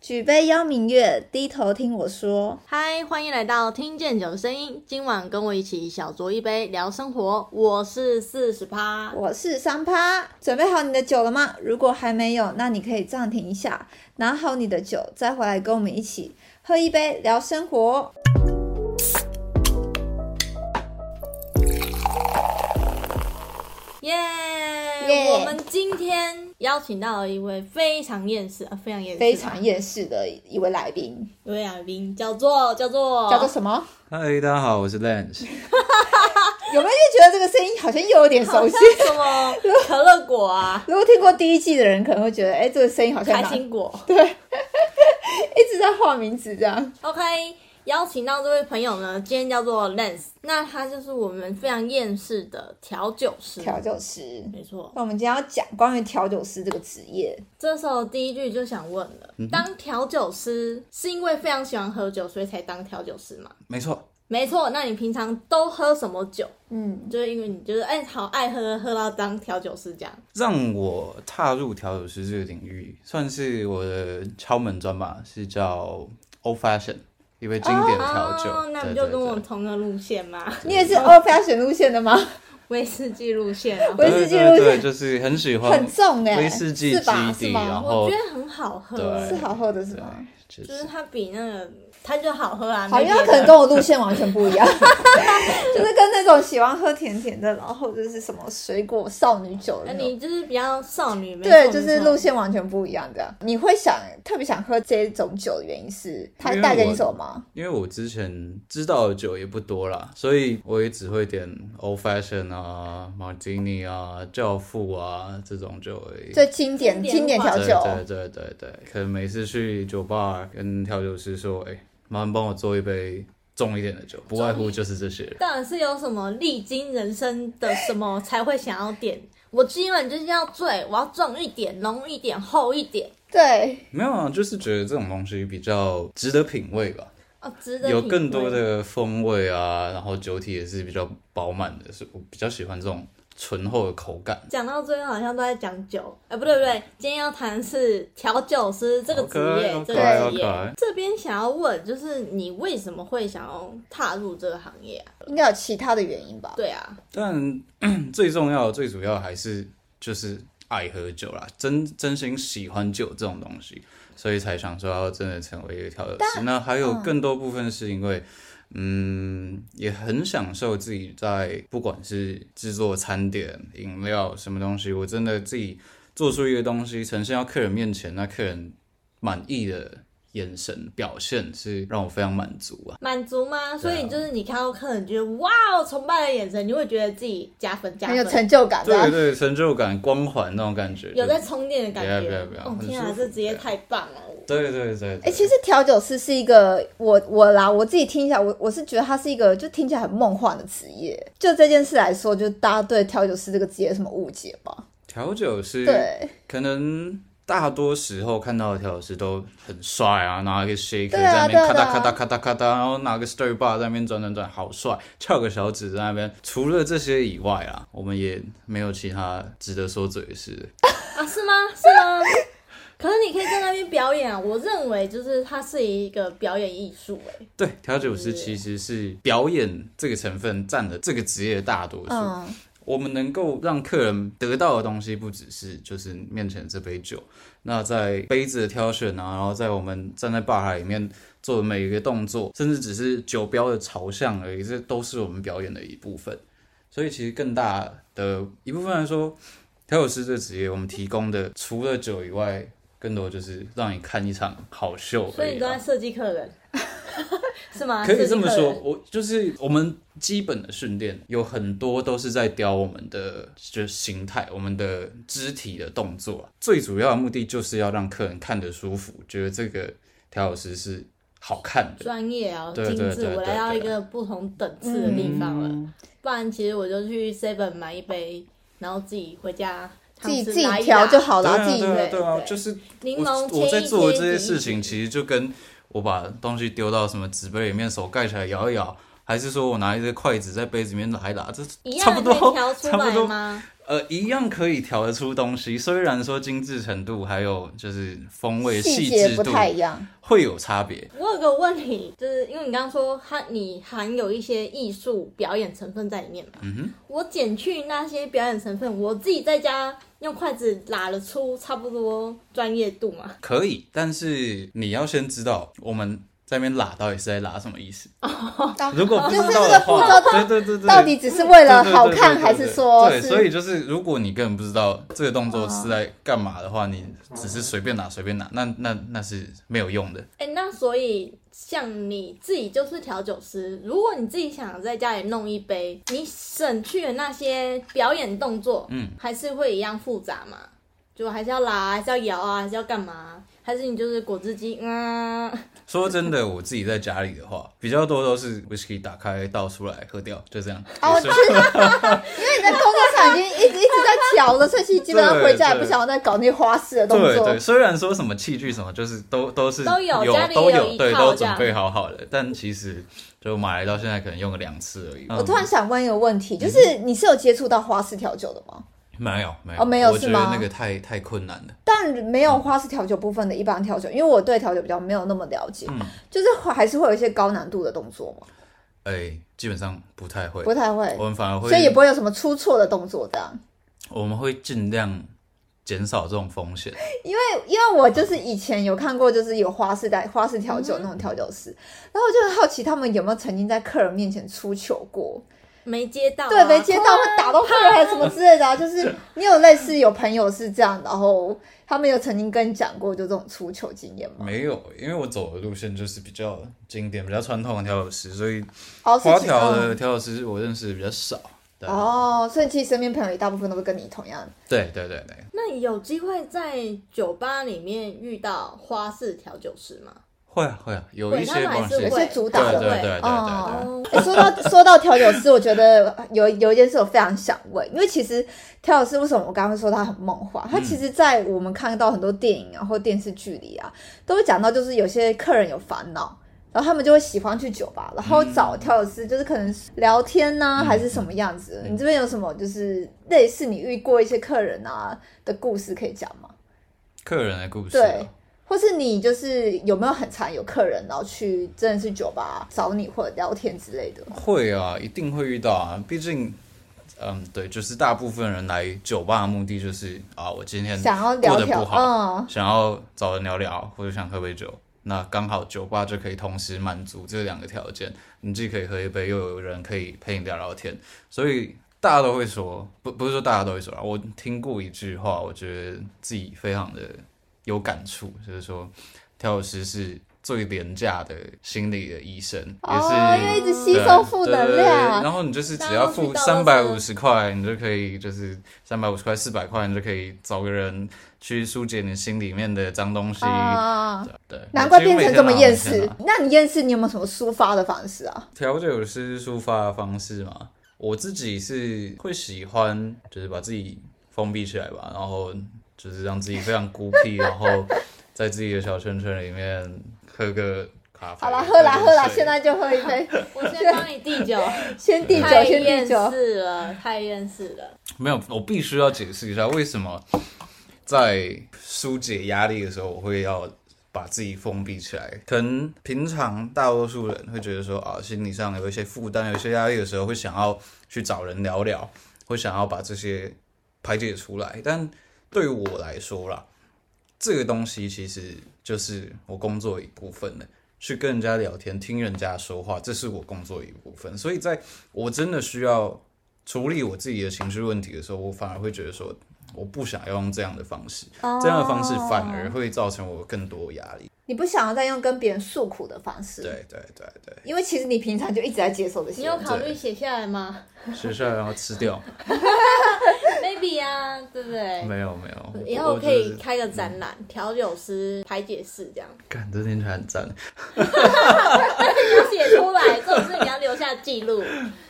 举杯邀明月，低头听我说。嗨，欢迎来到听见酒的声音。今晚跟我一起小酌一杯，聊生活。我是四十趴，我是三趴，准备好你的酒了吗？如果还没有，那你可以暂停一下，拿好你的酒，再回来跟我们一起喝一杯，聊生活。耶、耶我们今天邀请到了一位非常厌世啊，非常厌世吧，非常厌世的一位来宾，一位来宾，叫做叫做叫做什么？嗨，大家好，我是 Lance。有没有就觉得这个声音好像又有点熟好悉 像？什么可乐果啊，如果听过第一季的人，可能会觉得，哎、这个声音好像开哪心果。一直在化名字这嗯样。 OK，邀请到这位朋友呢，今天叫做 Lance，那他就是我们非常厌世的调酒师，调酒师，没错。那我们今天要讲关于调酒师这个职业，这时候第一句就想问了：嗯当调酒师是因为非常喜欢喝酒，所以才当调酒师吗？没错，没错，那你平常都喝什么酒？嗯，就是因为你觉得哎、好爱喝，喝到当调酒师这样。让我踏入调酒师这个领域，算是我的敲门砖吧，是叫 Old Fashion，一杯经典调酒。哦，那对你就对跟我对同个路 线嘛，你也是 old fashion 路线的吗？威士忌路线啊。威士对忌对路对，线就是很喜欢很重哎、哦威士忌是基吧？是底，然吗？后我觉得很好喝，啊对啊是好喝的是吗？就就是是它比那个它就好喝啊。好，因没为他别可能的跟我路线完全不一样， 就是跟那种喜欢喝甜甜的，然后就是什么水果少女酒的那那种。哎你就是比较少女，没对，错就是没错路线完全不一样的。你会想特别想喝这种酒的原因是它因为带给你我什么吗？因为我之前知道的酒也不多啦，所以我也只会点 Old Fashion 啊、Martini 啊、教父啊这种酒而已。最经典经经典典调化酒，对对对对对，可能每次去酒吧跟调酒师说，哎、麻烦帮我做一杯重一点的酒，不外乎就是这些。到底是有什么历经人生的什么才会想要点？我今晚就是要醉，我要重一点、浓一点、厚一点对，没有啊，就是觉得这种东西比较值得品味吧，哦，值得有品更多味的风味啊，然后酒体也是比较饱满的，是我比较喜欢这种醇厚的口感。讲到最后好像都在讲酒，哎、不对不对，今天要谈的是调酒师这个职业 OK，OK，这个职 OK 业。这边想要问，就是你为什么会想要踏入这个行业啊？应该有其他的原因吧？对啊，但 最重要、最主要还是就是爱喝酒啦，真真心喜欢酒这种东西，所以才想说要真的成为一个调酒师。那还嗯有更多部分是因为，嗯，也很享受自己在不管是制作餐点、饮料什么东西，我真的自己做出一个东西呈现到客人面前，那客人满意的眼神表现是让我非常满足啊。满足吗？所以就是你看到客人觉得哇哦，崇拜的眼神，你会觉得自己加分加很有分，成就感，啊对吧？对，成就感、光环那种感觉，有就在充电的感觉。不要不要不要哦很天舒啊，服这职业对太棒了！对对对，哎、其实调酒师是一个，我我啦，我自己听一下，我我是觉得它是一个就听起来很梦幻的职业。就这件事来说，就大家对调酒师这个职业有什么误解吧？调酒师对可能大多时候看到的调酒师都很帅啊，拿一个 shaker 对啊在那边咔对啊嗒咔嗒咔嗒咔嗒，然后拿个 stir bar 在那边转转转，好帅，翘个小指在那边。除了这些以外啊，我们也没有其他值得说嘴的事。啊，是吗？是吗？ 可是你可以在那边表演啊！我认为就是它是一个表演艺术哎。对，调酒师其实是表演这个成分占了这个职业的大多数。嗯，我们能够让客人得到的东西，不只是就是面前这杯酒，那在杯子的挑选啊，然后在我们站在吧台里面做的每一个动作，甚至只是酒标的朝向而已，这都是我们表演的一部分。所以其实更大的一部分来说，调酒师这个职业，我们提供的除了酒以外，更多就是让你看一场好秀而已啦。所以你都在设计客人， 是吗？啊可以这啊设计么客人说，，我就是我们基本的训练有很多都是在雕我们的就是形态、我们的肢体的动作啊。最主要的目的就是要让客人看得舒服，觉得这个调酒师是好看的。专业啊，对精对致，对我对来到一对个不同等次的地方嗯了。不然其实我就去 Seven 买一杯，然后自己回家自己自尝试己拉一调拉就好对了，啊，自己对啊，对啊，对就是柠我檬我在切一做的切这些挤一事情，挤其实就跟我把东西丢到什么纸杯里面，手盖起来摇一摇，还是说我拿一些筷子在杯子里面拉一拉，这一差样不可以多调出差不来多吗？呃，一样可以调得出东西，虽然说精致程度还有就是风味细细节致不度太一样。会有差别。我有个问题，就是因为你刚刚说它你含有一些艺术表演成分在里面嘛，嗯我减去那些表演成分，我自己在家用筷子拉了出差不多专业度嘛哼，。可以，但是你要先知道我们在那边拉到底是在拉什么意思。如果不知就是道这个的步话，骤对对对对，到底只是为了对对对好对看，对还对是说对？所是以就是，如果你根本不知道这个动作是在干嘛的话，你只是随便拿随便拿，那那那是没有用的。哎、那所以像你自己就是调酒师，如果你自己想在家里弄一杯，你省去了那些表演动作，嗯，还是会一样复杂嘛？就还是要拉啊，还是要摇啊，还是要干嘛啊？还是你就是果汁机，嗯，说真的，我自己在家里的话，比较多都是 whisky 打开倒出来喝掉，就这样。哦，结就束是因为你在工作上已经一直一直在调了，所以其实基本上回家也不想要再搞那些花式的动对作对，。虽然说什么器具什么，就是都都是都有有家里都有一对套都这准样备好好的，但其实就买来到现在可能用了两次而已。嗯我突然想问一个问题，就是你是有接触到花式调酒的吗？没有没有哦没有我是觉得吗那个太太困难了。但没有花式调酒部分的一般调酒，因为我对调酒比较没有那么了解，嗯就是还是会有一些高难度的动作嘛，哎，基本上不太会，不太会，我们反而会，所以也不会有什么出错的动作这样。我们会尽量减少这种风险。因为因为我就是以前有看过，就是有花式带花式调酒那种调酒师，然后我就很好奇他们有没有曾经在客人面前出糗过，没接到、啊，对，没接到会打到客人还是什么之类的、啊，就是你有类似有朋友是这样，然后他们有曾经跟你讲过就这种出糗经验吗？没有，因为我走的路线就是比较经典、比较传统的调酒师，所以哦，是花其条的调酒师我认识的比较少。对哦，所以其实身边朋友也大部分都是跟你同样 对对对对，那你有机会在酒吧里面遇到花式调酒师吗？会啊会啊，有会一他些们还关系，是有对会些主打对的对会对对对哦对。哦，欸、说到说到调酒师，我觉得有有一件事我非常想问，因为其实调酒师为什么我刚刚会说他很梦幻？他其实，在我们看到很多电影啊或电视剧里啊，都会讲到，就是有些客人有烦恼。然后他们就会喜欢去酒吧，然后找调酒师，就是可能聊天呐、还是什么样子的。你这边有什么就是类似你遇过一些客人啊的故事可以讲吗？客人的故事、对啊，，或是你就是有没有很常有客人，然后去真的是酒吧找你或者聊天之类的？会啊，一定会遇到啊，毕竟。嗯，对，就是大部分人来酒吧的目的就是啊，我今天想要聊过得聊，不好嗯，想要找人聊聊，或者想喝杯酒，那刚好酒吧就可以同时满足这两个条件，你既可以喝一杯，又有人可以陪你聊聊天，所以大家都会说，不不是说大家都会说啦，啊我听过一句话，我觉得自己非常的有感触，就是说，调酒师是最廉价的心理的医生，也是、哦，因为一直吸收负能对对对对量，然后你就是只要付大家三都知百道五都十块，你就可以就是三百五十块、四百块，你就可以找个人去疏解你心里面的脏东西。啊，对，难怪变成这么厌我几乎每天啊世拿。那你厌世，你有没有什么抒发的方式啊？调酒师抒发的方式嘛，我自己是会喜欢，就是把自己封闭起来吧，然后就是让自己非常孤僻，然后在自己的小圈圈里面喝个咖啡。好啦，喝啦点喝啦，水现在就喝一杯，我先帮你递酒，先 递酒，太先递厌酒。世了，太厌世了。没有，我必须要解释一下为什么在疏解压力的时候，我会要把自己封闭起来。可能平常大多数人会觉得说啊，心理上有一些负担、有一些压力的时候，会想要去找人聊聊，会想要把这些排解出来。但对于我来说啦，这个东西其实就是我工作的一部分了。去跟人家聊天、听人家说话，这是我工作的一部分。所以，在我真的需要处理我自己的情绪问题的时候，我反而会觉得说，我不想要用这样的方式，哦这样的方式反而会造成我更多压力。你不想要再用跟别人诉苦的方式，，对对对对，因为其实你平常就一直在接受这你些有。考虑写下 来吗学校然后吃掉， ？Maybe 啊，对不对？没有没有，以后我可以我就是开个展览，调酒师排解室这样，干，这听起来很赞。写出来，这种事你要留下记 录。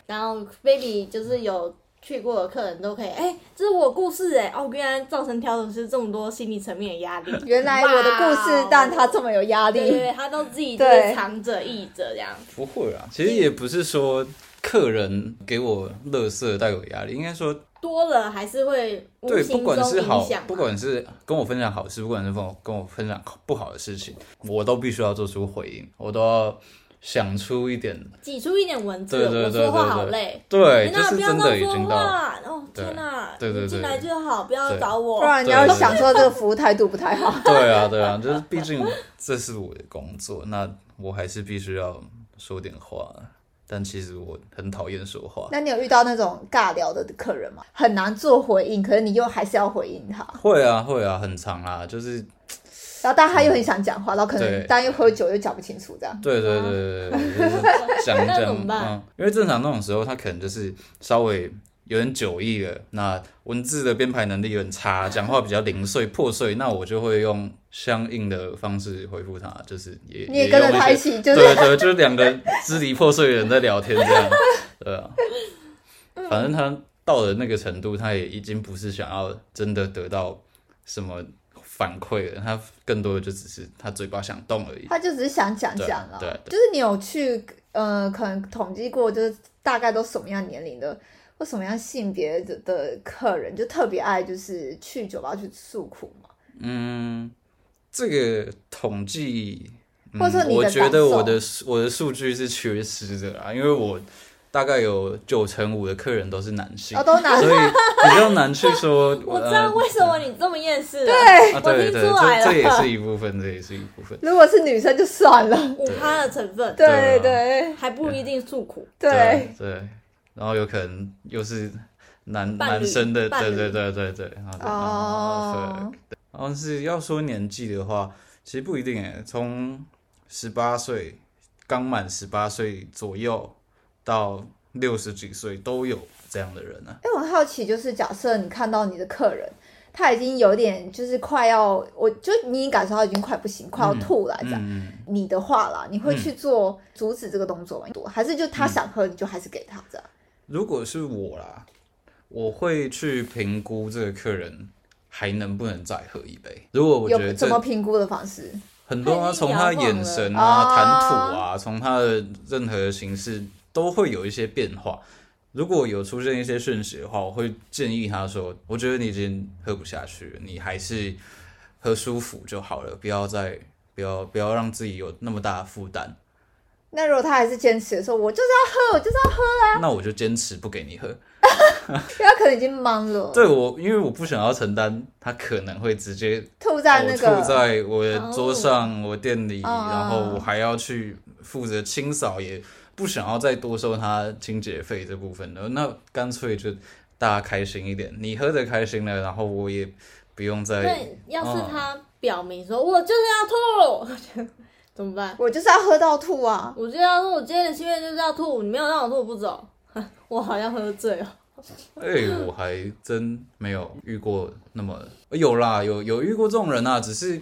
然后 baby 就是有去过的客人都可以，哎、这是我故事哎、哦，原来造成调酒师这么多心理层面的压力。原来我的故事哇哦让他这么有压对对 力，对，他都自己就对是藏着掖着这样。不会啊，其实也不是说客人给我乐色带有压力，应该说多了还是会无对，不形管中是影好响，不嘛。管是跟我分享好事，不管是跟我跟我分享不好的事情，我都必须要做出回应，我都要想出一点。挤出一点文字，对对对我说话对好对累。对，天就哪，哎是不要真这的样已经说到话！哦，对天哪，对对你进对来就好，不要对找我 不。然人家对会对想说这个服务态度不太 好。对啊，对啊，就是毕竟这是我的工作，那我还是必须要说点话。但其实我很讨厌说话，那你有遇到那种尬聊的客人吗？很难做回应，可是你又还是要回应他，会啊会啊，很长啊，就是然后但他又很想讲话，然后可对能但又喝酒又讲不清楚这样。对对对对对，就是讲那讲怎么办嗯，因为正常那种时候，他可能就是稍微有点酒意了，那文字的编排能力有点差，讲话比较零碎破碎，那我就会用相应的方式回复他，就是也你也跟着用他些一起，就是对对，就是两个支离破碎的人在聊天这样，对啊，嗯反正他到了那个程度，他也已经不是想要真的得到什么反馈了，他更多的就只是他嘴巴想动而已。 他就只是想讲对啊讲啦。啊对就对是你有去呃，可能统计过，就是大概都什么样年龄的或什么样性别的的客人，就特别爱就是去酒吧去诉苦嘛。嗯，这个统计，嗯、或者说你的我觉感得受我的我的数据是缺失的啦，因为我大概有九成五的客人都是男性，然后都拿所以比较难去说哦 。我知呃道为什么你这么厌世了，啊，我对听对，出来这这也了，是一部分，这也是一部分。如果是女生就算了， 五趴的成分，对对啊对还不一定诉苦。对。对，啊然后有可能又是男伴侣男生的，伴侣对对对对对，然后就啊哦对，然后是要说年纪的话，其实不一定诶，从十八岁刚满十八岁左右到六十几岁都有这样的人呢、啊哎、我很好奇，就是假设你看到你的客人，他已经有点就是快要，我就你已经感受到已经快不行，快要吐了这样。嗯，你的话啦，你会去做阻止这个动作吗？多还是就嗯他想喝你就还是给他这样？如果是我啦，我会去评估这个客人还能不能再喝一杯。如果我觉有得怎这么评估的方式？很多啊，太从阴他阳眼了神哦啊、谈吐啊，从他的任何形式都会有一些变化。如果有出现一些讯息的话，我会建议他说：“我觉得你已经喝不下去了，你还是喝舒服就好了，不要再不要不要让自己有那么大的负担。那如果他还是坚持的时候，我就是要喝，我就是要喝，那我就坚持不给你喝。因为他可能已经忙了，对我，因为我不想要承担他可能会直接吐在那我吐个，哦哦在我的桌上、我店里，嗯然后我还要去负责清扫，也不想要再多收他清洁费这部分的，那干脆就大家开心一点，你喝的开心了，然后我也不用再对，要是嗯他表明说“我就是要吐”，我 就怎么办？我就是要喝到吐啊！我就要说，我今天的心愿就是要吐，你没有让我吐，我不走。 我好像喝醉了，哎、我还真没有遇过那么有啦，有有遇过这种人啊，只是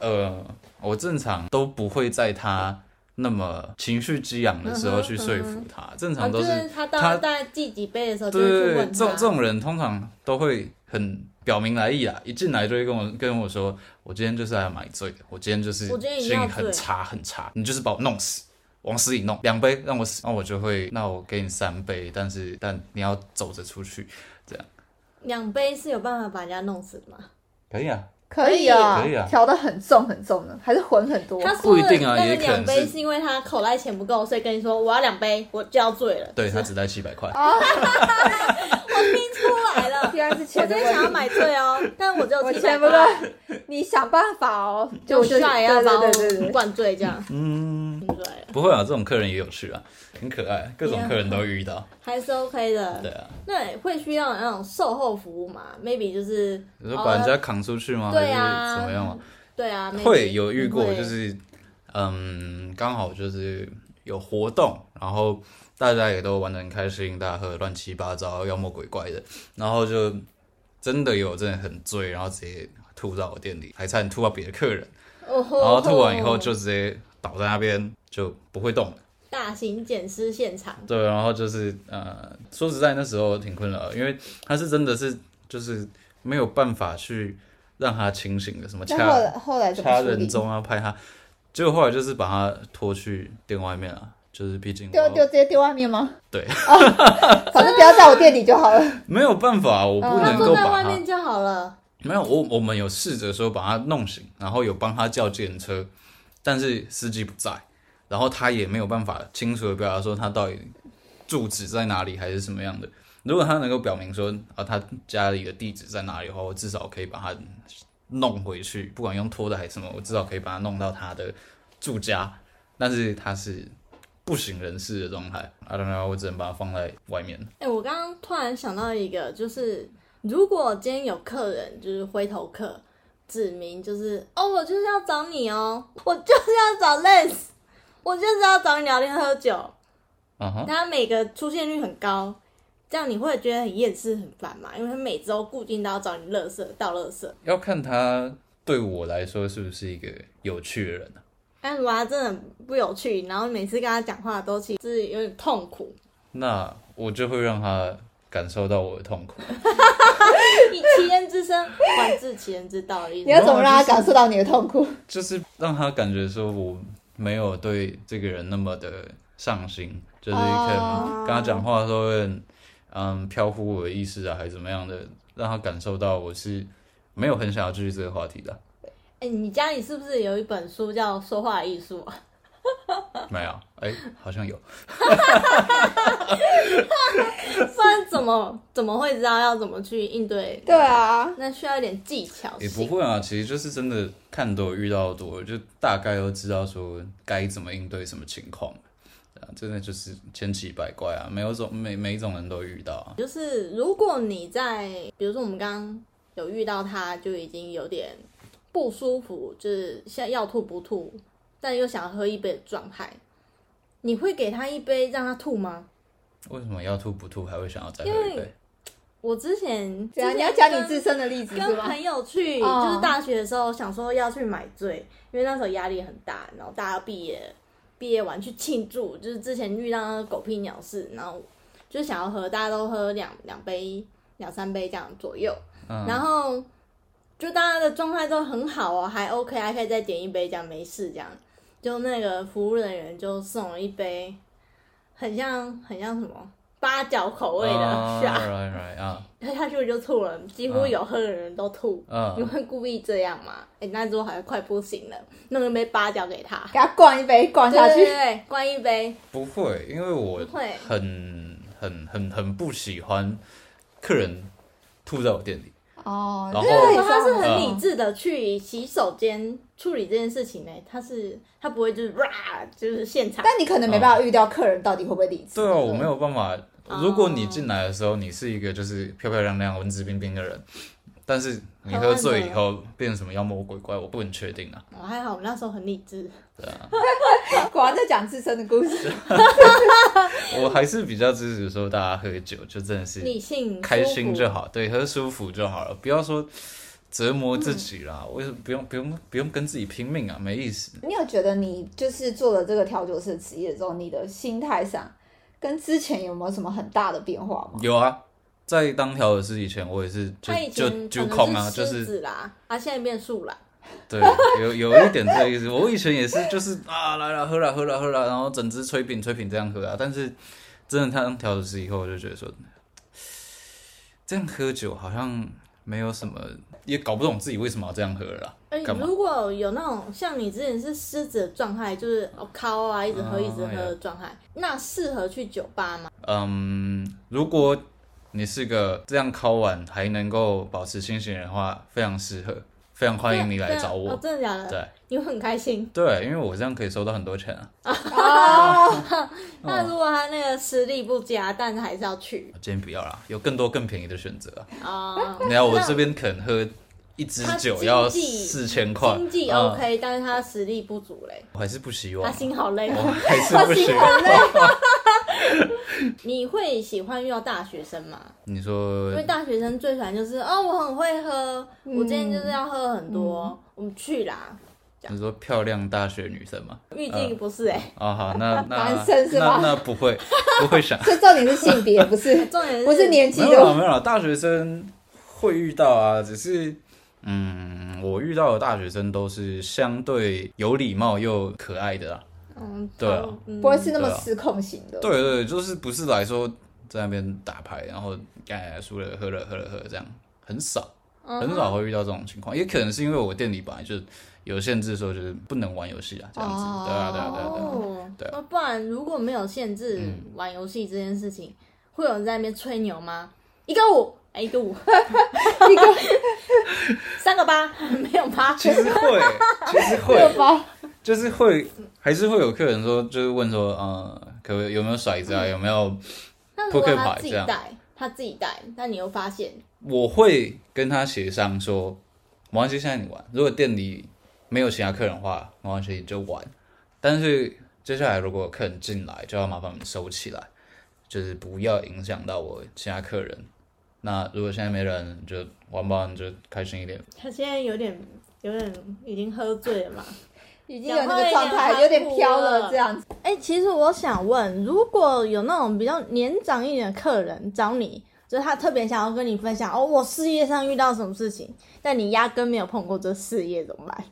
呃，我正常都不会在他那么情绪激昂的嗯时候去说服他，正啊，哦常就都是他当他大概记几杯的时候，啊就对会对去对，问这种他这。种人通常都会很表明来意啦，一进来就会跟我跟我说，我今天就是来买醉的，我今天就是我今天一定心要情很醉差很差，你就是把我弄死，往死里弄，两杯让我死，那我就会，那我给你三杯，但是但你要走着出去，两杯是有办法把人家弄死的吗？可以啊，可以啊可以啊，调的很重很重的，还是混很多。他不说一的定啊那也个可能两杯是是因为他口袋钱不够，所以跟你说我要两杯，我就要醉了。对他只带七百 块，出 来了，原来是我钱真的的想要问题。买 醉哦，但我只有我七钱不百够块，，你想办法哦。就我就帅要把对对对我对对，灌醉这样。嗯，对，不会啊，这种客人也有趣啊，很可爱，各种客人都遇到，还是 OK 对的。啊，那会需要那种售后服务吗？Maybe 就是你说把人家扛出去吗？啊还对是啊怎么样吗？对啊，会 maybe 有遇过，会就是嗯，刚好就是有活动，然后大家也都玩的很开心，大家喝得乱七八糟、妖魔鬼怪的，然后就真的有真的很醉，然后直接吐到我店里，还差点吐到别的客人，哦吼然后吐完以后就直接倒在那边就不会动了。大型捡尸现场，对，然后就是呃，说实在那时候挺困扰的，因为他是真的是就是没有办法去让他清醒的，什么那掐后来后来怎么掐处人理？中啊，拍他，结果后来就是把他拖去店外面啊，就是毕竟我丢丢直接丢外面吗？ 对哦，反正不要在我店里就好了。没有办法，我不嗯他能坐够在把外它、面就好了。没有，我我们有试着说把他弄醒，然后有帮他叫计程车，但是司机不在，然后他也没有办法清楚的表达说他到底住址在哪里还是什么样的。如果他能够表明说啊他家里的地址在哪里的话，我至少可以把他弄回去，不管用拖的还是什么，我至少可以把他弄到他的住家。但是他是不省人事的状态，I don't know，我只能把他放在外面。哎、我刚刚突然想到一个，就是如果今天有客人就是回头客指明就是哦，我就是要找你哦，我就是要找 Les，我就是要找你聊天喝酒，嗯哼，他每个出现率很高，这样你会觉得很厌世很烦嘛？因为他每周固定都要找你乐色倒乐色，要看他对我来说是不是一个有趣的人、啊。但如果他真的很不有趣，然后每次跟他讲话都其实是有点痛苦，那我就会让他感受到我的痛苦。以其人之身还治其人之道的 意你要思。怎么让他感受到你的痛苦？就是让他感觉说我没有对这个人那么的上心，就是可能跟他讲话的时候会很嗯飘忽我的意识啊，还是怎么样的，让他感受到我是没有很想要继续这个话题的。哎、你家里是不是有一本书叫《说话的艺术》 啊？没有，哎、好像有，不然怎么怎么会知道要怎么去应 对？对，啊，那需要一点技巧也不性。会啊。其实就是真的看多遇到多，就大概都知道说该怎么应对什么情况。对啊，真的就是千奇百怪啊，每有种每每一种人都遇到啊。就是如果你在，比如说我们刚刚有遇到他，就已经有点不舒服，就是像要吐不吐，但又想喝一杯的状态，你会给他一杯让他吐吗？为什么要吐不吐还会想要再喝因一为杯？我之前， 对啊，之前你要讲你跟自身的例子是跟吗？朋友去，哦就是大学的时候想说要去买醉，因为那时候压力很大，然后大家毕业毕业完去庆祝，就是之前遇到那个狗屁鸟事，然后就想要喝，大家都喝两两杯两三杯这样左右，嗯，然后就大家的状态都很好哦，还 OK，还可以再点一杯这样没事这样，就那个服务人员就送了一杯，很像很像什么八角口味的哦 shot，、 right, right, 啊，喝下去我就吐了，几乎有喝的人都吐。你嗯，会故意这样吗？哎、那时候还快不行了，弄一杯八角给他，给他灌一杯，灌对下对 对去。对，灌一杯，不会，因为我不会很很很很不喜欢客人吐在我店里。哦，然后这个也如果他是好嗯很的理智的去洗手间处理这件事情呢、欸他是他不会就是哇，就是现场。但你可能没办法预料客人到底会不会理智。对啊，我没有办法。哦如果你进来的时候，你是一个就是漂漂亮亮、文质彬彬的人，但是你喝醉以后变成什么妖魔鬼怪，我不能确定啊。我、哦还好，我那时候很理智。 果然在讲自身的故事。我还是比较支持说大家喝酒，就真的是理性、开心就好。好，对，喝舒服就好了，不要说折磨自己啦。为什么不用不用不用跟自己拼命啊？没意思。你有觉得你就是做了这个调酒师的职业之后，你的心态上跟之前有没有什么很大的变化吗？有啊，在当调酒师以前，我也是就哦他以前就就可控啊，能就狮是子啦，他、现在变树懒。对，有有一点这个意思。我以前也是就是啊，来了喝了喝了喝了，然后整支吹饼吹饼这样喝啊。但是真的当调酒师以后，我就觉得说，这样喝酒好像没有什么，也搞不懂自己为什么要这样喝了啦哎，干嘛？如果有那种像你之前是狮子的状态，就是哦靠啊，一直喝哦一直喝哎的呀状态，那适合去酒吧吗？嗯，如果你是个这样敲完还能够保持清醒的话，非常适合，非常欢迎你来对啊找哦我。真的假的？对你会很开心。对，因为我这样可以收到很多钱啊。哦，那如果他那个实力不佳，但是还是要去今天不要啦，有更多更便宜的选择啊。 啊。你看我这边肯喝一支酒要他经济四千块，经济嗯 OK，但是他实力不足嘞，我还是不希望啊他，心好累。我还是不希望。 你会喜欢遇到大学生吗？你说因为大学生最喜欢就是哦，我很会喝，嗯我今天就是要喝很多，我们去啦。你说漂亮大学女生吗？毕竟不是哎、啊好，那那男生是那吗那不会不会想，这重点是性别，不 是重点是不是年纪没有啊啦的。没有啦，大学生会遇到啊，只是。嗯，我遇到的大学生都是相对有礼貌又可爱的啦，嗯，对啊好，嗯不会是那么对啊失控型的。对对，就是不是来说在那边打牌，然后哎输了喝了喝了喝了这样，很少嗯很少会遇到这种情况，也可能是因为我店里本来就有限制，说就是不能玩游戏啊这样子，哦对啊对啊对啊对啊，哦，对啊嗯那不然如果没有限制玩游戏这件事情，会有人在那边吹牛吗？一个五，哎，一个五，一个三个八，没有八，其实会，其实会对，吧？就是会还是会有客人说，就是问说，呃，可不可以有没有骰子啊，有没有那如果 Poker 他牌自己这样带，他自己带，那你又发现我会跟他协商说，没关系，现在你玩。如果店里没有其他客人的话，没关系，你就玩。但是接下来如果有客人进来，就要麻烦你们收起来，就是不要影响到我其他客人。那如果现在没人，你就玩吧，你就开心一点。他现在有点有点已经喝醉了嘛？已经有那个状态，有点飘了这样子。哎、其实我想问，如果有那种比较年长一点的客人找你，就是他特别想要跟你分享哦，我事业上遇到什么事情，但你压根没有碰过这事业怎么办？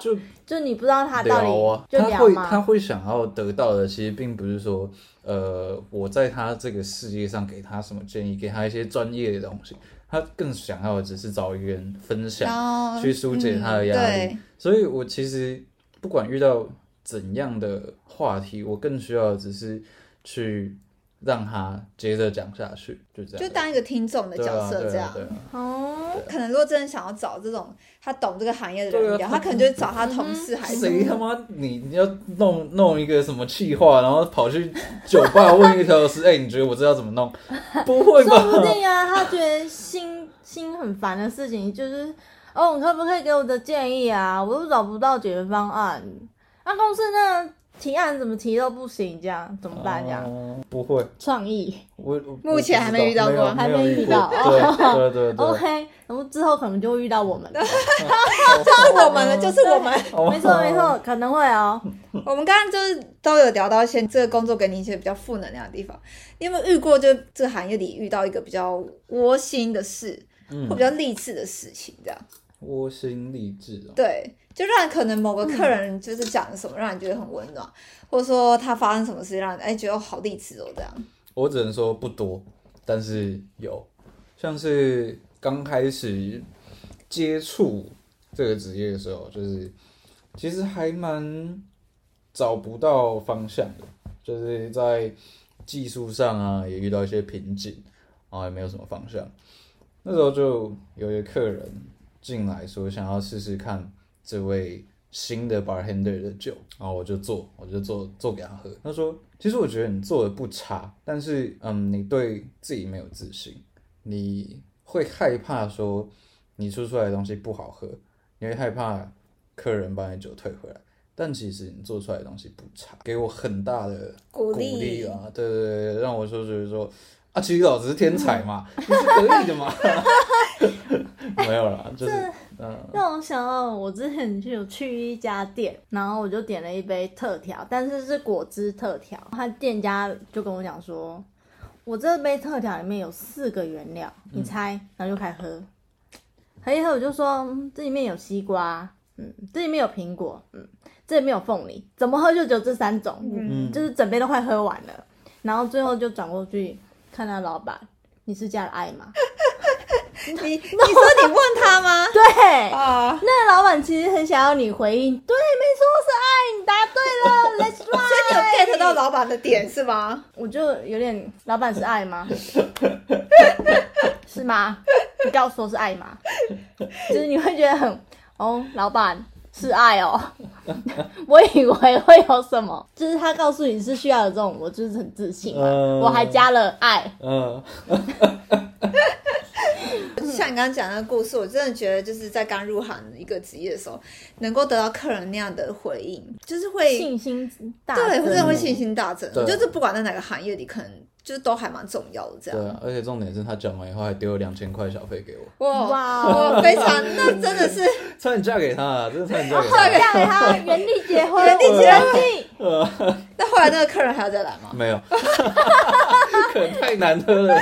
就 就你不知道他到底、聊啊，就他聊会吗？他会想要得到的，其实并不是说，呃，我在他这个世界上给他什么建议，给他一些专业的东西，他更想要的只是找一个人分享，后嗯去疏解他的压力。对，所以我其实不管遇到怎样的话题，我更需要的只是去让他接着讲下去，就这样而已。就当一个听众的对啊角色这样。对啊对啊哦，可能如果真的想要找这种他懂这个行业的对人啊聊，他他可能就会找他同事还是什 谁他么。妈你你要弄弄一个什么气话，然后跑去酒吧问一个调酒师，哎、你觉得我知道怎么 弄？不会说不吧？定啊，他觉得心心很烦的事情就是，哦，你可不可以给我的建议啊？我又找不到解决方案，那、公司那提案怎么提都不行，这样怎么办？这样哦不会，创意。我我目前还没遇到过我不知道没有还没遇到对对对对， OK，然后之后可能就会遇到我们。就是我们了，就是我们。哦没错没错，可能会哦。我们刚刚就是都有聊到一些这个工作给你一些比较负能量的地方。你有没有遇过，就这个行业里遇到一个比较窝心的事，嗯或比较励志的事情这样？窝心励志哦，对，就让可能某个客人就是讲了什么，让你觉得很温暖，或者说他发生什么事让你哎觉得好励志哦这样。我只能说不多，但是有，像是刚开始接触这个职业的时候，就是其实还蛮找不到方向的，就是在技术上啊也遇到一些瓶颈，然后也没有什么方向。那时候就有一个客人进来说想要试试看这位新的 bartender 的酒，然后我就做，我就做做给他喝。他说：“其实我觉得你做的不差，但是嗯，你对自己没有自信，你会害怕说你做出来的东西不好喝，你会害怕客人把你酒退回来。”但其实你做出来的东西不差，给我很大的鼓励励啊！对对对，让我说就是说啊，其实老子是天才嘛，你是可以的嘛。 没有啦，就是嗯，让我想到我之前就有去一家店，然后我就点了一杯特调，但是是果汁特调。他店家就跟我讲说，我这杯特调里面有四个原料，你猜，然后就开始喝。喝一喝我就说，嗯这里面有西瓜，嗯，这里面有苹果，嗯，这里面有凤梨，怎么喝就只有这三种，嗯，就是整杯都快喝完了。然后最后就转过去看他老板，你是加了爱吗？ 你你说你问他吗？对，啊，那老板其实很想要你回应，对， 没错是爱，你答对了，Let's 所 try。以你有 get 到老板的点是吗？我就有点，老板是爱 吗？是吗？你告诉我是爱吗？就是你会觉得很，哦，老板是爱 哦。我以为会有什么，就是他告诉你是需要有这种，我就是很自信嘛，嗯我还加了爱。嗯，嗯像你刚刚讲的故事，我真的觉得就是在刚入行一个职业的时候，能够得到客人那样的回应，就是会嗯信心大增，对，真的会信心大增。对我觉得这不管在哪个行业里，可能就是都还蛮重要的。这对样，啊，而且重点是他讲完以后还丢了两千块小费给我，哇，哇哦！我非常，那真的是 差点嫁给他啊，真的差点嫁给嫁他。给欸他，原地结婚，原地我结婚原地那后来 那个客人还要再来吗？没有，可能太难喝了。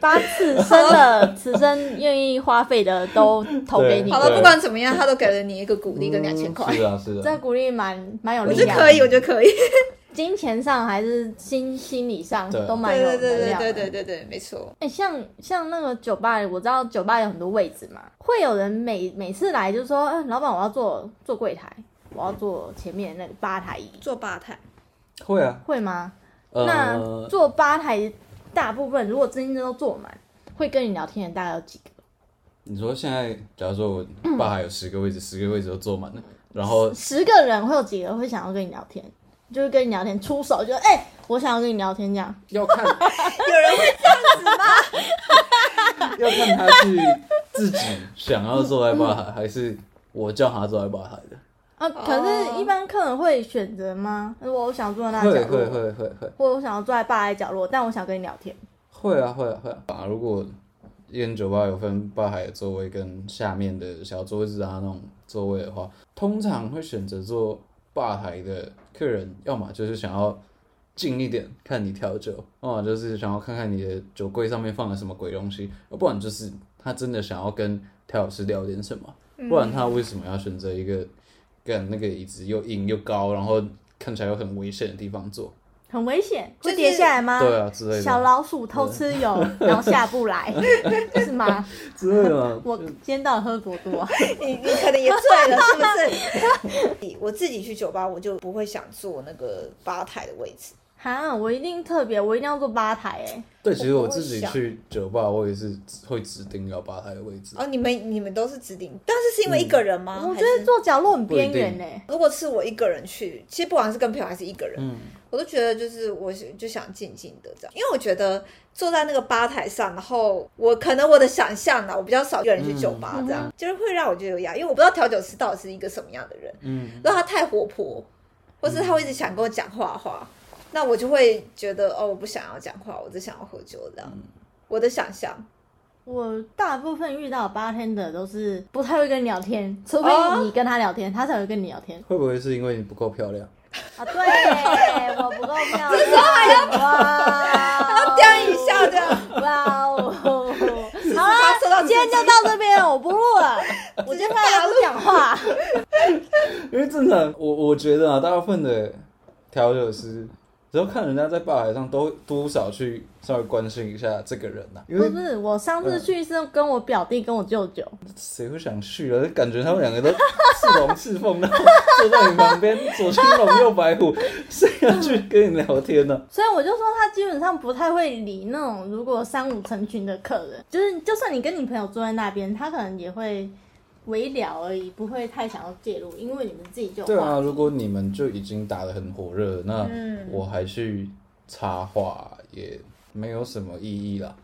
把此生 的此生愿意花费的都投给你好，了，不管怎么样，他都给了你一个鼓励跟两千块，嗯是啊，是这啊，鼓励蛮蛮有我力觉得量可以，的。我觉得可以。金钱上还是心心理上对都蛮有对对能量对的。对对对对对，没错。哎、像像那个酒吧，我知道酒吧有很多位置嘛，会有人每每次来就说，嗯、老板我要坐坐柜台，我要坐前面那个吧台椅，做吧台，会啊，会吗？那呃，坐吧台大部分如果真的都坐满，会跟你聊天的大概有几个？你说现在，假如说我爸还有十个位置，十个位置都坐满了，然后十个人会有几个会想要跟你聊天？就是跟你聊天，出手就哎、我想要跟你聊天这样。要 看有人会 要看他是自己想要坐在吧台，还是我叫他坐在吧台的。啊，哦可是一般客人会选择吗？我想坐在那会角会落，会会会或者我想要坐在吧台角落，但我想跟你聊天。会啊会啊会啊，啊，如果一间酒吧有分吧台的座位跟下面的小桌子啊那种座位的话，通常会选择坐吧台的客人，要么就是想要近一点看你调酒，要么就是想要看看你的酒柜上面放了什么鬼东西，要不然就是他真的想要跟调酒师聊点什么，嗯不然他为什么要选择一个干那个椅子又硬又高，然后看起来又很危险的地方坐？很危险，就会是跌下来吗？对啊之类的小老鼠偷吃 油，然后下不来，是吗？之类的。我今天到底喝多多 啊？你你可能也醉了，是不是？ 我自己去酒吧，我就不会想坐那个吧台的位置。哈，我一定特别，我一定要坐吧台哎、对，其实我我不会自己想去酒吧，我也是会指定要吧台的位置。哦，你们你们都是指定，但是是因为一个人吗？嗯我觉还得是坐角落很边缘啊不哎，如果是我一个人去，其实不管是跟朋友还是一个人，嗯我都觉得就是我是就想静静的这样，因为我觉得坐在那个吧台上，然后我可能我的想象啊呢，我比较少一个人去酒吧这样，嗯就是会让我觉得有压力，因为我不知道调酒师到底是一个什么样的人，嗯，如果他太活泼，或是他会一直想跟我讲话的话，那我就会觉得哦，我不想要讲话，我只想要喝酒这样。嗯我的想象，我大部分遇到的 bartender 都是不太会跟你聊天，除非哦你跟他聊天，他才会跟你聊天会不会是因为你不够漂亮？啊。对，我不够啊漂亮，这时候还要哇，这样一下这 样，哇哦！好他收到了，今天就到这边了，我不录 了，我今天开始不讲话。 因为正常，我我觉得啊，大部分的调酒师，只要看人家在吧台上，都多少去稍微关心一下这个人呐、因不为是不是，我上次去是跟我表弟跟我舅舅，谁会想去啊？感觉他们两个都似龙似凤，然后坐在你旁边，左青龙右白虎，谁要去跟你聊天呢、所以我就说他基本上不太会理那种如果三五成群的客人，就是就算你跟你朋友坐在那边，他可能也会微聊而已，不会太想要介入，因为你们自己就对话啊，如果你们就已经打得很火热了，那嗯我还去插话也没有什么意义啦。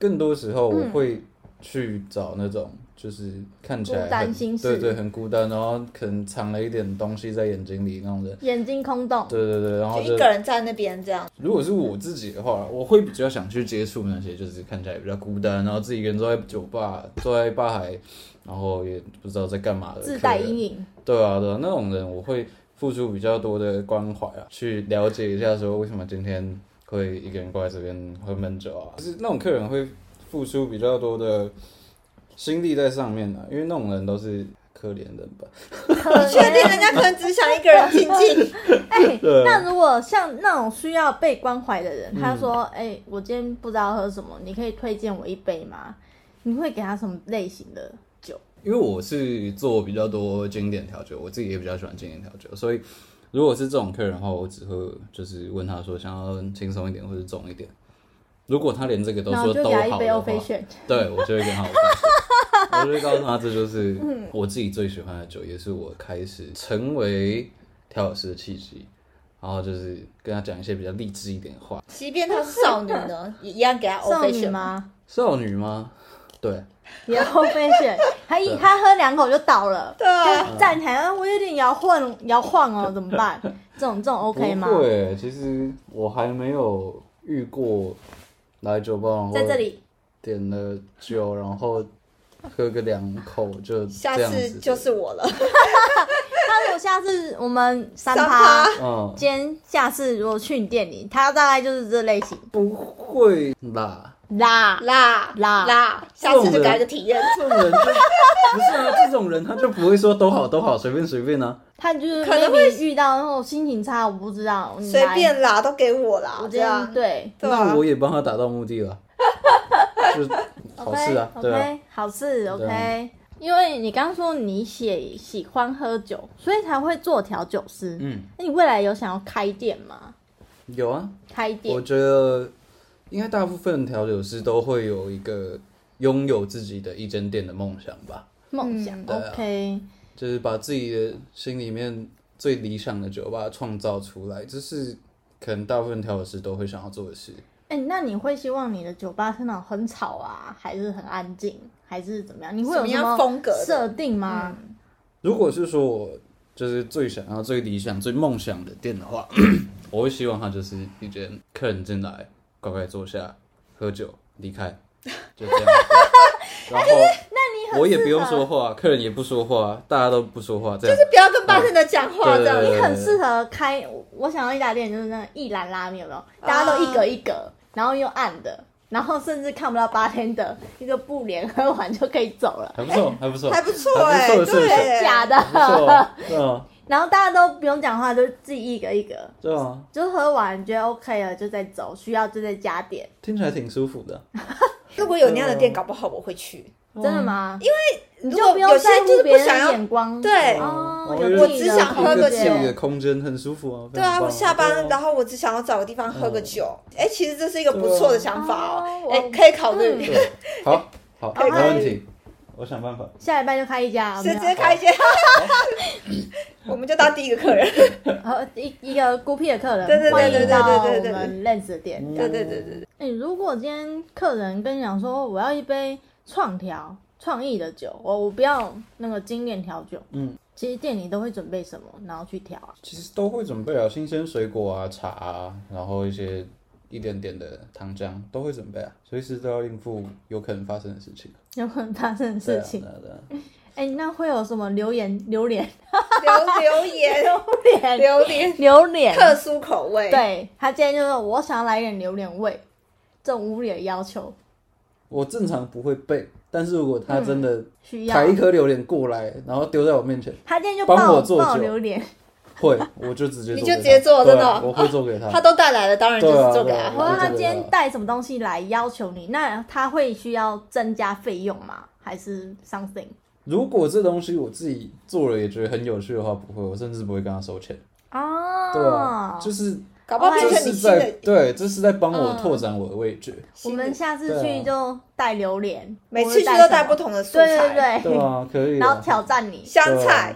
更多时候我会去找那种就是看起来很孤单心事对对，很孤单，然后可能藏了一点东西在眼睛里那种人。眼睛空洞。对对对，然后就就一个人在那边这样，如果是我自己的话，我会比较想去接触那些就是看起来比较孤单，然后自己一个人坐在酒吧、坐在吧台，然后也不知道在干嘛的自客带人阴影，对啊，对啊，那种人我会付出比较多的关怀啊，去了解一下说为什么今天会一个人过来这边喝闷酒啊，就是那种客人会付出比较多的心力在上面啊，因为那种人都是可怜人吧。你确定人家可能只想一个人静 静，哎、啊那如果像那种需要被关怀的人，他说：“嗯哎、我今天不知道喝什么，你可以推荐我一杯吗？”你会给他什么类型的酒？因为我是做比较多经典调酒，我自己也比较喜欢经典调酒，所以如果是这种客人的话，我只会就是问他说想要轻松一点或者重一点。如果他连这个都然后说就都给他一好杯的欧话菲，炫。对，我就会跟他我就会告诉他，这就是嗯我自己最喜欢的酒，也是我开始成为调酒师的契机。然后就是跟他讲一些比较励志一点的话。即便她是少女呢，也一样给她 o 少 f 女 f 吗？吗？少女吗？对，也欧菲炫，他一他喝两口就倒了， 对啊就站起来，啊我有点摇晃摇晃哦，怎么办？这种这种 OK 吗？不会，欸其实我还没有遇过来酒吧，然后在这里，点了酒，然后喝个两口就下这样次子就是我了，他如果下下次我们三三趴趴，嗯，今天下次如果去你店里，他大概就是这类型不会啦，啦。啦啦啦，下次就给他一个体验。这种人就 不是啊，这种人他就不会说都好都好，随便随便啊。他就是可能 maybe 遇到那种心情差，我不知道，你随来，便啦，都给我啦我，这今样天对。对啊那我也帮他达到目的了，就是好事啊，对啊， OK，好事对啊 OK。因为你刚刚说你喜喜欢喝酒，所以才会做调酒师。嗯，那你未来有想要开店吗？有啊，开我店，觉得应该大部分调酒师都会有一个拥有自己的一间店的梦想吧，梦想、嗯对啊 OK，就是把自己的心里面最理想的酒吧创造出来，这是可能大部分调酒师都会想要做的事。哎、那你会希望你的酒吧是那种很吵啊，还是很安静，还是怎么样？你会什有么样么风格的嗯设定吗？ 如果是说我就是最想要、最理想、最梦想的店的话， 我会希望它就是一间客人进来，乖乖坐下，喝酒，离开，就这样子。然后，那很我也不用适合说话，客人也不说话，大家都不说话，这样不要跟巴特的讲话这样。对你很适合开，我想要一家店就是那个一兰拉面，有没有？大家都一格一格，然后又暗的，然后甚至看不到八天的一个布帘，喝完就可以走了，还 不错，还不错，还不错哎、还不错是不是对，假的。不错，对啊，然后大家都不用讲话，就自己一格一格，对啊，就喝完觉得 OK 了就再走，需要就再加点。听起来挺舒服的。如果有那样的店，搞不好我会去。真的吗？因为嗯你如就果不用有些在乎就是别不人想的要眼光。对哦，哦有我自己只的想空喝个自间己的酒空间很舒服啊。对啊，我下班然后后我只想要找个地方喝个酒。嗯哎、其实这是一个不对啊错的想法哦哦，哎、我可以考虑。好好，可以没可以问题，我想办法。下礼拜就开一家，有没直有接开一 些，我们就当第一个客人。呃，一一个孤僻的客人，对对对欢迎对对到我对嗯对们认识的店。对对对对对，哎、如果今天客人跟你讲说我要一杯创调创意的酒，我我不要那个精炼调酒，嗯，其实店里都会准备什么，然后去调啊。其实都会准备啊，新鲜水果啊、茶啊，然后一些一点点的糖浆都会准备啊，随时都要应付有可能发生的事情。有可能发生的对事啊情，对啊对啊哎、那会有什么榴 莲、榴莲、榴榴莲， 榴莲、榴莲，榴莲？特殊口味。，对他今天就说，我想要来一点榴莲味，这种无理的要求我正常不会背，但是如果他真的需要抬。一颗榴莲过来，然后丢在我面前，他今天就帮爆我做爆酒榴莲，会，我就直接你做就直给接他做对真的啊哦我会做给 他。他都带来了，当然就是做给对啊他对我喝。说他啊今天带什么东西来要求你，那他会需要增加费用吗？还是 something？如果这东西我自己做了也觉得很有趣的话，不会，我甚至不会跟他收钱。哦，对啊，就是搞不好变这成你是新在的。对，这是在帮我嗯拓展我的味觉。我新的们下次去就带榴莲，每我次会去都带什不么同的素对材，对啊对啊，可以啊。然后挑战你，香菜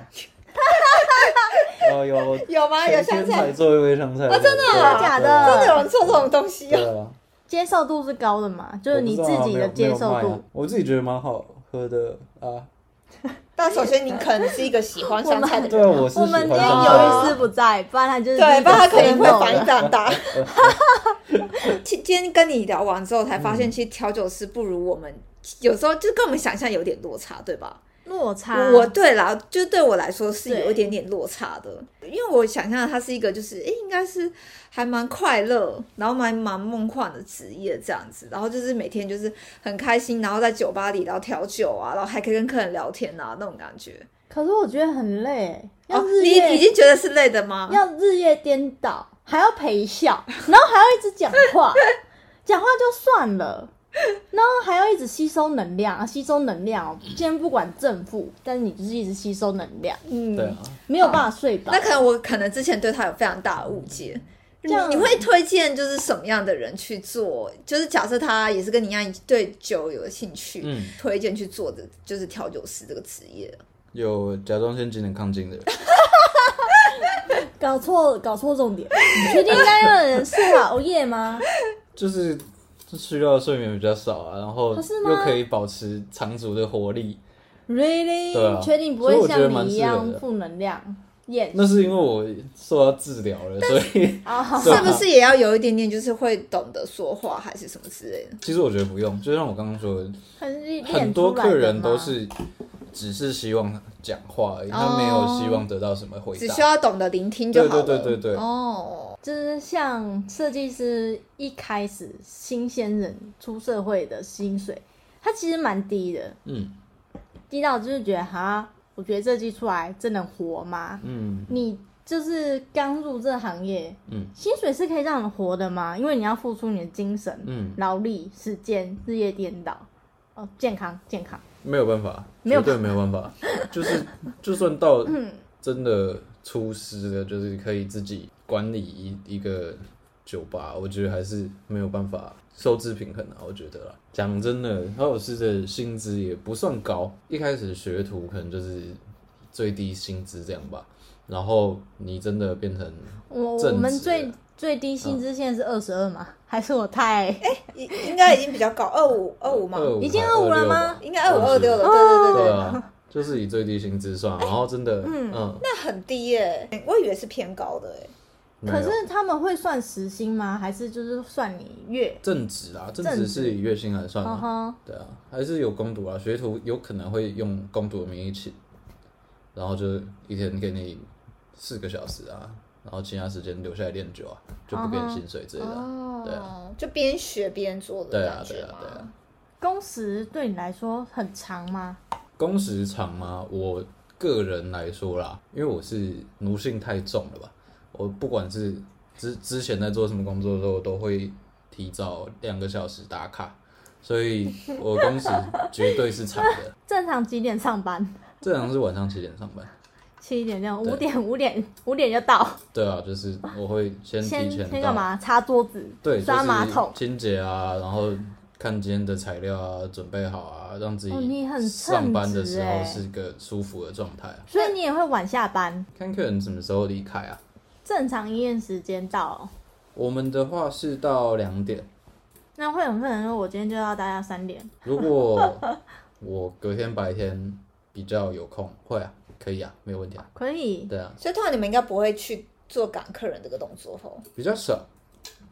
哦，有有吗？哎有前香啊天菜才，做一杯香菜，哦，真的啊真的假的？真的有人做这种东西哦？啊对啊，接受度是高的嘛？就是你自己的接受我不知啊道啊没有没有卖度啊。我自己觉得蛮好喝的啊。但首先你可能是一个喜欢香菜的对啊，人，我是喜我欢们今香天有菜有啊律师不在，不然他就是对，不然他可能会反反长 大。今今天跟你聊完之后，才发嗯现其实调酒师不如我们。有时候就跟我们想象有点落差，对吧？落差。我对啦，就对我来说是有对一点点落差的，因为我想象他是一个就是，诶、应该是还蛮快乐，然后蛮蛮梦幻的职业这样子，然后就是每天就是很开心，然后在酒吧里然后调酒啊，然后还可以跟客人聊天啊那种感觉。可是我觉得很累，要哦，日你已夜经觉得是累的吗？要日夜颠倒，还要陪笑， 然后还要一直讲话，讲话就算了。然后还要一直吸收能量啊，吸收能量哦。今天不管正负，但是你就是一直吸收能量，嗯，对啊，没有办法睡饱。哦那可能我可能之前对他有非常大的误解。你样你会推荐就是什么样的人去做？就是假设他也是跟你一样对酒有兴趣，嗯推荐去做的就是调酒师这个职业。有甲状腺机能亢进的人，搞错搞错重点，你确定应该让人适合熬夜吗？就是需要睡眠比较少啊，然后不哦是吗又可以保持长足的活力。 Really？对啊确定不所以会我觉得像蛮你一适合样的负能量？厌那是因为我受到治疗了，所以啊，好对啊哦是不是也要有一点点，就是会懂得说话还是什么之类的？其实我觉得不用，就像我刚刚说的，很很多客人都是只是希望讲话而已，哦他没有希望得到什么回只需答。要懂得聆听就好了。对对对对对哦，就是像设计师一开始新鲜人出社会的薪水，它其实蛮低的，嗯低到就是觉得哈，我觉得设计出来这能活吗？嗯你就是刚入这行业，嗯薪水是可以让你活的吗？因为你要付出你的精神、嗯，劳力、时间、日夜颠倒，哦，健康健康，没有办法，没有绝对没有办 法。就是就算到嗯真的出师了，就是可以自己管理一一个酒吧，我觉得还是没有办法收支平衡啊。我觉得啦，讲真的，陶老师的薪资也不算高，一开始学徒可能就是最低薪资这样吧。然后你真的变成我正我们职最了最低薪资现在是二十二嘛？还是我太应应该已经比较高，二五二五吗？ 25已经还25了26吗吧应该二五二六了，是对对对对对， 啊，就是以最低薪资算，然后真的，嗯嗯，那很低耶、我以为是偏高的哎、没可有是他们会算时薪吗？还是就是算你月？正职啊，正正职职是以月薪来算嗯的，哼，对啊，还是有工读啊，学徒有可能会用工读的名义请，然后就一天给你四个小时啊，然后其他时间留下来练酒啊，就不给嗯你哼薪水之类的啊，对啊哦，就边学边做的对啊感，对觉啊，对吗啊，工时对你来说很长吗？工时长吗？我个人来说啦，因为我是奴性太重了吧，我不管是之之前在做什么工作的时候，我都会提早两个小时打卡，所以我工时绝对是长的。 正常几点上班？ 正常是晚上七点上班，七点六，对五点五点五点就到，对啊，就是我会先先提前先到干嘛？擦桌子，对，刷马桶就是。清洁啊，然后看今天的材料啊，准备好啊，让自哦你很己上班的时称候职欸是个舒服的状态啊。所以你也会晚下班，看客人什么时候离开啊？正常营业时间到，我们的话是到两点，那会很多人说我今天就要待到三点，如果我隔天白天比较有空，会啊，可以啊，没有问题啊。可以。对啊，所以通常你们应该不会去做赶客人这个动作吼。比较少，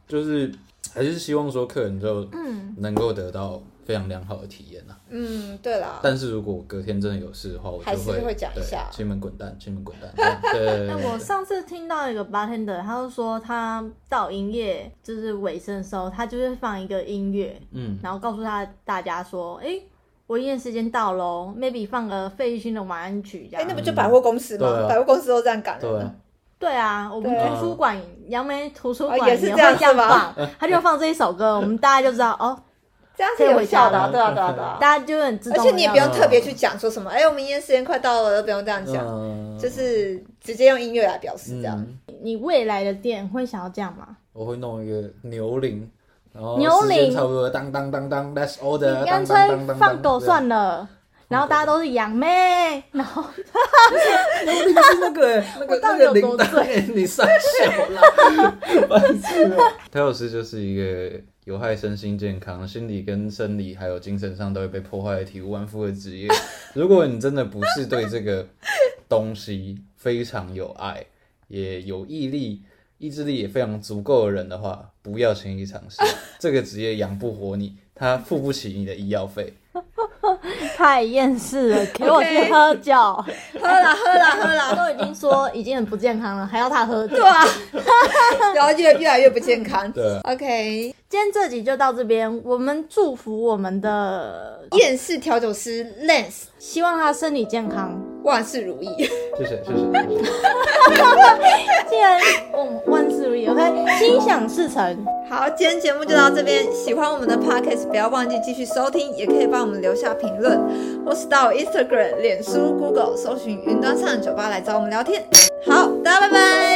就是还是希望说客人就嗯能够得到非常良好的体验啊。嗯，对啦，但是如果我隔天真的有事的话，我还就是会会讲一对下亲们滚蛋，亲们滚蛋。这 样对对对那对我上次听到一个 bartender，他就说他到营业就是尾声的时候，他就会放一个音乐，嗯，然后告诉他大家说，哎、我营业时间到喽，maybe 放个费玉清的晚安曲这哎、样。那不就百货公司吗？对啊百货公司都这样赶人对啊啊，对啊，我们对图书馆杨梅图书馆哦也是会这样这样是吧放，他就放这一首歌，我们大家就知道哦，这样是有效的啊、可以回家了对啊，对啊，对啊。大家就很自而动。且你也不用特别去讲说什么，哎、我们营业时间快到了，都不用这样讲，嗯就是直接用音乐来表示这样。嗯，你未来的店会想要这样吗？我会弄一个牛铃，然后牛时间铃差不多当当当当，That's 你 all the 干当脆当当当放狗了。算了。然后大家都是杨妹，然后对牛铃是那个 那个到那底有个铃多铛，哎你上手 啦，白痴哦。陶老师就是一个有害身心健康、心理跟生理还有精神上都会被破坏的体无完肤的职 业。如果你真的不是对这个东西非常有爱，也有毅力、意志力也非常足够的人的话，不要轻易尝 试这个职业，养不活你，他付不起你的医药费。太厌世了，给我去喝酒。嗯喝啦，喝啦，喝啦，都已经说已经很不健康了，还要他喝酒对。啊，然后越越来越不健康。对 OK，今天这集就到这边，我们祝福我们的，厌世调酒师 Lance 希望他身体健康。万事如意。谢谢，谢谢，谢谢。既然我嗯万事如意，OK，心想事成。好，今天节目就到这边。喜欢我们的 podcast，不要忘记继续收听，也可以帮我们留下评论，或是到 Instagram、脸书、Google 搜寻“云端上酒吧”来找我们聊天。好，大家拜拜。